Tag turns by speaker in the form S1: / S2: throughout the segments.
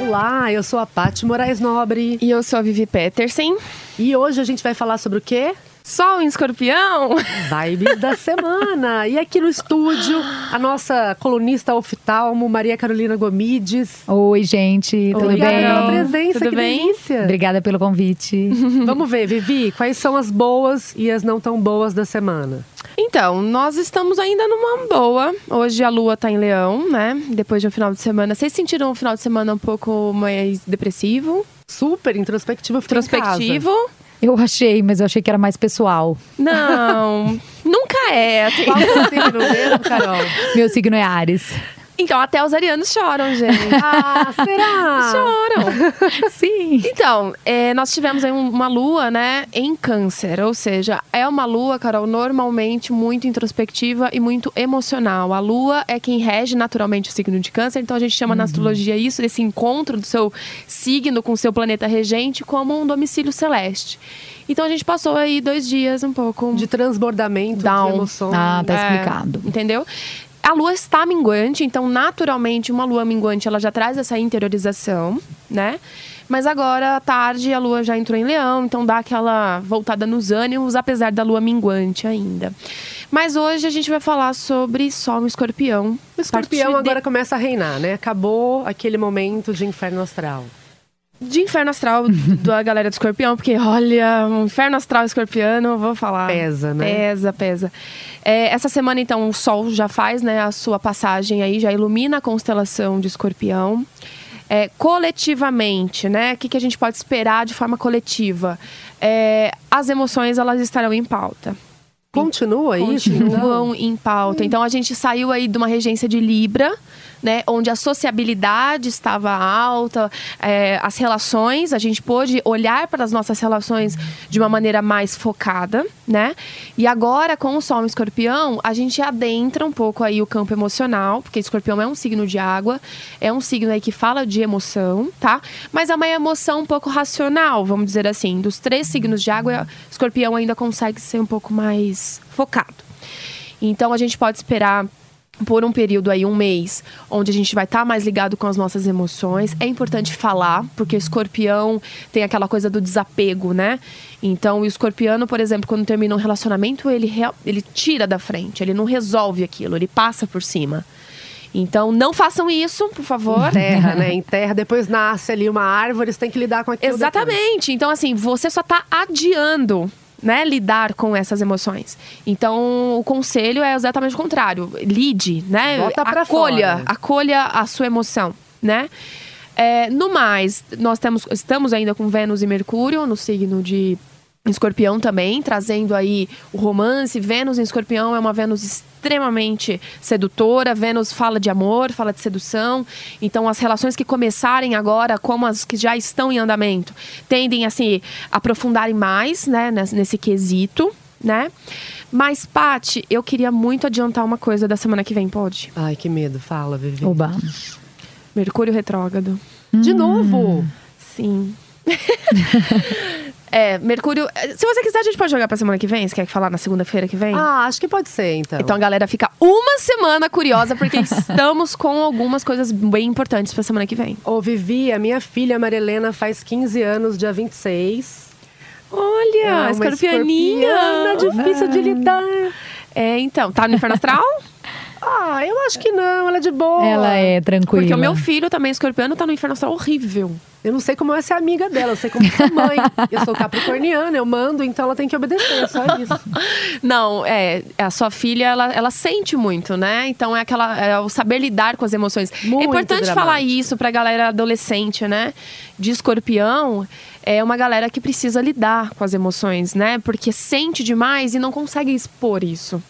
S1: Olá, eu sou a Paty Moraes Nobre.
S2: E eu sou a Vivi Petersen.
S1: E hoje a gente vai falar sobre o quê?
S2: Sol em escorpião?
S1: Vibes da semana. E aqui no estúdio, a nossa colunista oftalmo, Maria Carolina Gomides.
S3: Oi, gente, tudo
S1: Obrigada pela
S3: bem?
S1: presença,
S2: Tudo
S1: que
S2: bem?
S1: delícia.
S3: Obrigada pelo convite.
S2: Uhum.
S1: Vamos ver, Vivi, quais são as boas e as não tão boas da semana?
S2: Então, nós estamos ainda numa boa. Hoje a lua tá em leão, né? Depois de um final de semana. Vocês sentiram um final de semana um pouco mais depressivo?
S1: Super introspectivo, eu fiquei em casa.
S2: Introspectivo?
S3: Eu achei, mas eu achei que era mais pessoal.
S2: Não, nunca é. assim.
S1: Fala um o seu signo mesmo, Carol.
S3: Meu signo é Ares.
S2: Então, até os arianos choram, gente.
S1: Ah, será?
S2: Choram.
S3: Sim.
S2: Então, é, nós tivemos aí um- uma lua, né, em câncer. Ou seja, é uma lua, Carol, normalmente muito introspectiva e muito emocional. A lua é quem rege naturalmente o signo de câncer. Então, a gente chama na astrologia isso, esse encontro do seu signo com o seu planeta regente, como um domicílio celeste. Então, a gente passou aí dois dias um pouco
S1: De transbordamento,
S2: Down.
S1: de emoções.
S3: Ah, tá
S2: É,
S3: explicado.
S2: Entendeu? A lua está minguante, então naturalmente uma lua minguante ela já traz essa interiorização, né? Mas agora à tarde a lua já entrou em leão, então dá aquela voltada nos ânimos, apesar da lua minguante ainda. Mas hoje a gente vai falar sobre sol em escorpião.
S1: O escorpião
S2: Partir de-
S1: agora começa a reinar, né? Acabou aquele momento de inferno astral.
S2: De inferno astral da galera do escorpião, porque olha, um inferno astral escorpiano, vou falar.
S1: Pesa, né?
S2: Pesa, pesa. É, essa semana, então, o Sol já faz né, a sua passagem aí, já ilumina a constelação de escorpião. É, coletivamente, né? O que, que a gente pode esperar de forma coletiva? É, as emoções, elas estarão em pauta
S1: Continua isso? então?
S2: continuam em pauta. Então a gente saiu aí de uma regência de Libra, né, onde a sociabilidade estava alta, é, as relações, a gente pôde olhar para as nossas relações de uma maneira mais focada, né? E agora com o Sol em Escorpião, a gente adentra um pouco aí o campo emocional, porque Escorpião é um signo de água, é um signo aí que fala de emoção, tá? Mas é uma emoção um pouco racional, vamos dizer assim. Dos três signos de água, Escorpião ainda consegue ser um pouco mais focado. Então a gente pode esperar por um período aí, um mês, onde a gente vai estar mais ligado com as nossas emoções. É importante falar, porque o escorpião tem aquela coisa do desapego, né? Então, o escorpiano, por exemplo, quando termina um relacionamento, ele, rea- ele tira da frente, ele não resolve aquilo, ele passa por cima. Então, não façam isso, por favor.
S1: Terra, né? Em terra, depois nasce ali uma árvore, você tem que lidar com aquilo.
S2: Exatamente. Então, assim, você só tá adiando. Né, lidar com essas emoções. Então, o conselho é exatamente o contrário. Lide, né?
S1: Bota pra
S2: acolha,
S1: fora.
S2: acolha a sua emoção, né? É, no mais, nós temos, estamos ainda com Vênus e Mercúrio no signo de Escorpião também, trazendo aí o romance. Vênus em Escorpião é uma Vênus extremamente sedutora. Vênus fala de amor, fala de sedução. Então, as relações que começarem agora, como as que já estão em andamento, tendem a se aprofundarem mais, né, nesse nesse quesito, né? Mas, Pati, eu queria muito adiantar uma coisa da semana que vem, pode?
S1: Depois. Ai, que medo. Fala, Vivi.
S3: Oba.
S2: Mercúrio retrógrado. Hum.
S1: De novo.
S2: Sim. é, Mercúrio. Se você quiser, a gente pode jogar pra semana que vem. Você quer falar na segunda-feira que vem?
S1: Ah, acho que pode ser, então.
S2: Então a galera fica uma semana curiosa, porque estamos com algumas coisas bem importantes pra semana que vem.
S1: Ô, Vivi, a minha filha Marilena faz 15 anos, dia 26.
S2: Olha,
S1: é uma
S2: escorpianinha!
S1: escorpiana, é difícil de lidar.
S2: É, então, tá no inferno astral?
S1: Ah, eu acho que não, ela é de boa.
S3: Ela é tranquila.
S2: Porque o meu filho também, escorpiano, tá no inferno astral horrível.
S1: Eu não sei como é ser amiga dela, eu sei como ser mãe. eu sou capricorniana, eu mando, então ela tem que obedecer, é só isso.
S2: Não, é, a sua filha, ela, ela sente muito, né? Então é aquela é o saber lidar com as emoções.
S1: Muito
S2: é importante
S1: dramático.
S2: falar isso pra galera adolescente, né? De escorpião, é uma galera que precisa lidar com as emoções, né? Porque sente demais e não consegue expor isso.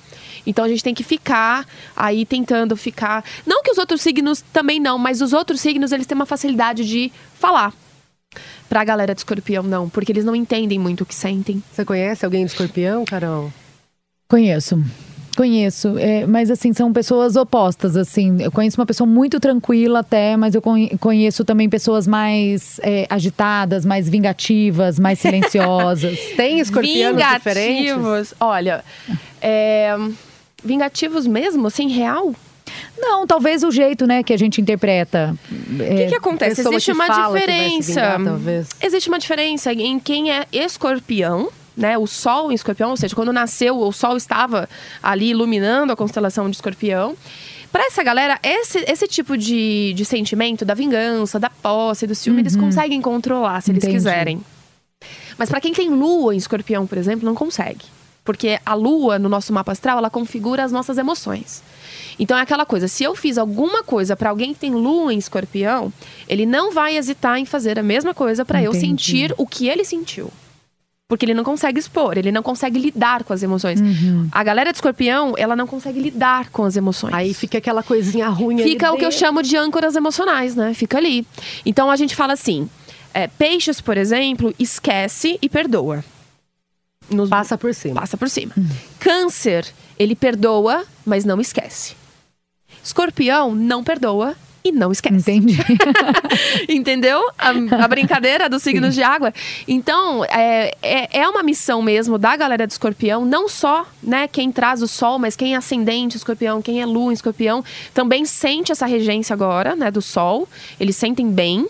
S2: Então a gente tem que ficar aí tentando ficar. Não que os outros signos também não, mas os outros signos eles têm uma facilidade de falar. Pra galera de escorpião, não, porque eles não entendem muito o que sentem.
S1: Você conhece alguém de escorpião, Carol?
S3: Conheço. Conheço, é, mas assim, são pessoas opostas, assim. Eu conheço uma pessoa muito tranquila até, mas eu conhe- conheço também pessoas mais é, agitadas, mais vingativas, mais silenciosas.
S1: Tem escorpianos diferentes?
S2: Olha, é, vingativos mesmo, assim, real?
S3: Não, talvez o jeito, né, que a gente interpreta.
S2: O
S1: É,
S2: que, que acontece?
S1: pessoa
S2: Existe
S1: que
S2: uma
S1: fala que vai se
S2: diferença.
S1: vingar, talvez.
S2: Existe uma diferença em quem é escorpião. Né, o sol em escorpião, ou seja, quando nasceu, o sol estava ali iluminando a constelação de escorpião. Para essa galera, esse, esse tipo de, de sentimento da vingança, da posse, do ciúme,
S1: Uhum.
S2: eles conseguem controlar se eles
S3: Entendi.
S2: quiserem. Mas para quem tem lua em escorpião, por exemplo, não consegue. Porque a lua, no nosso mapa astral, ela configura as nossas emoções. Então é aquela coisa, se eu fiz alguma coisa para alguém que tem lua em escorpião, ele não vai hesitar em fazer a mesma coisa para eu
S3: Entendi.
S2: sentir o que ele sentiu. Porque ele não consegue expor, ele não consegue lidar com as emoções. A galera de escorpião, ela não consegue lidar com as emoções.
S1: Uhum. Aí fica aquela coisinha ruim ali
S2: Fica o que eu
S1: dentro.
S2: chamo de âncoras emocionais, né? Fica ali. Então a gente fala assim: é, peixes, por exemplo, esquece e perdoa. Nos-
S1: Passa por cima.
S2: passa por cima. Câncer, ele perdoa, mas não esquece. Escorpião não perdoa e não esquece.
S3: Entendi.
S2: Entendeu? A, a brincadeira dos signos de água. Então, é, é, é uma missão mesmo da galera do escorpião, não só né, quem traz o sol, mas quem é ascendente escorpião, quem é lua em escorpião, também sente essa regência agora, né, do sol. Eles sentem bem.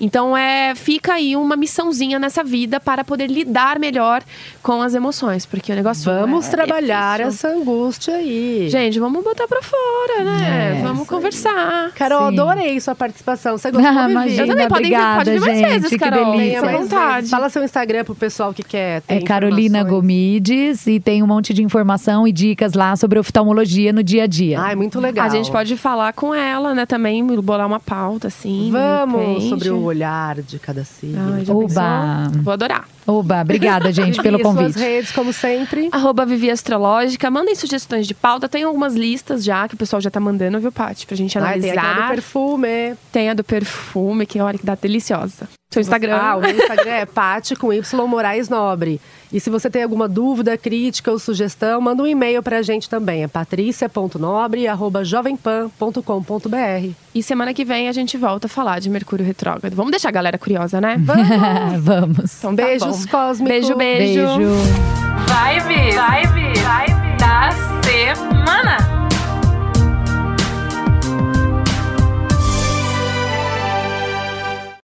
S2: Então, é, fica aí uma missãozinha nessa vida para poder lidar melhor com as emoções, porque o negócio.
S1: Vamos
S2: é
S1: trabalhar assim.
S2: difícil.
S1: essa angústia aí.
S2: Gente, vamos botar pra fora, né?
S3: É,
S2: vamos conversar.
S1: Carol,
S3: Sim.
S1: adorei sua participação. Você gostou,
S3: Ah,
S1: Vivi?
S3: imagina,
S2: Eu também, podem vir-
S3: obrigada,
S2: pode vir mais
S3: gente,
S2: vezes,
S3: que
S2: Carol.
S1: Venha
S3: delícia.
S2: Fica à
S1: mais
S2: vontade.
S1: vezes. Fala seu Instagram pro pessoal que quer ter
S3: É Carolina
S1: informações.
S3: Gomides e tem um monte de informação e dicas lá sobre oftalmologia no dia a dia.
S1: Ai, muito legal.
S2: A gente pode falar com ela, né, também, bolar uma pauta, assim. de
S1: Vamos
S2: repente.
S1: sobre o olhar de cada signo. Então,
S2: Ai, já
S3: Oba.
S2: pensou? Vou adorar.
S3: Oba, obrigada, gente, pelo
S1: E suas
S3: convite.
S1: redes, como sempre.
S2: Arroba Vivi Astrológica. Mandem sugestões de pauta. Tem algumas listas já, que o pessoal já tá mandando, viu, Paty? Pra gente
S1: Ai, Ah, tem
S2: analisar.
S1: aquela do perfume.
S2: Tem a do perfume, que olha que dá deliciosa. Seu Instagram.
S1: Ah, o meu Instagram é Pati com Y Moraes Nobre. E se você tem alguma dúvida, crítica ou sugestão, manda um e-mail pra gente também. É patricia.nobre.jovempan.com.br.
S2: E semana que vem a gente volta a falar de Mercúrio Retrógrado. Vamos deixar a galera curiosa, né?
S3: Vamos.
S2: Então tá
S1: Beijos
S2: bom.
S1: cósmicos.
S2: Beijo, beijo.
S3: Beijo.
S4: Vibe, vibe, vibe da semana.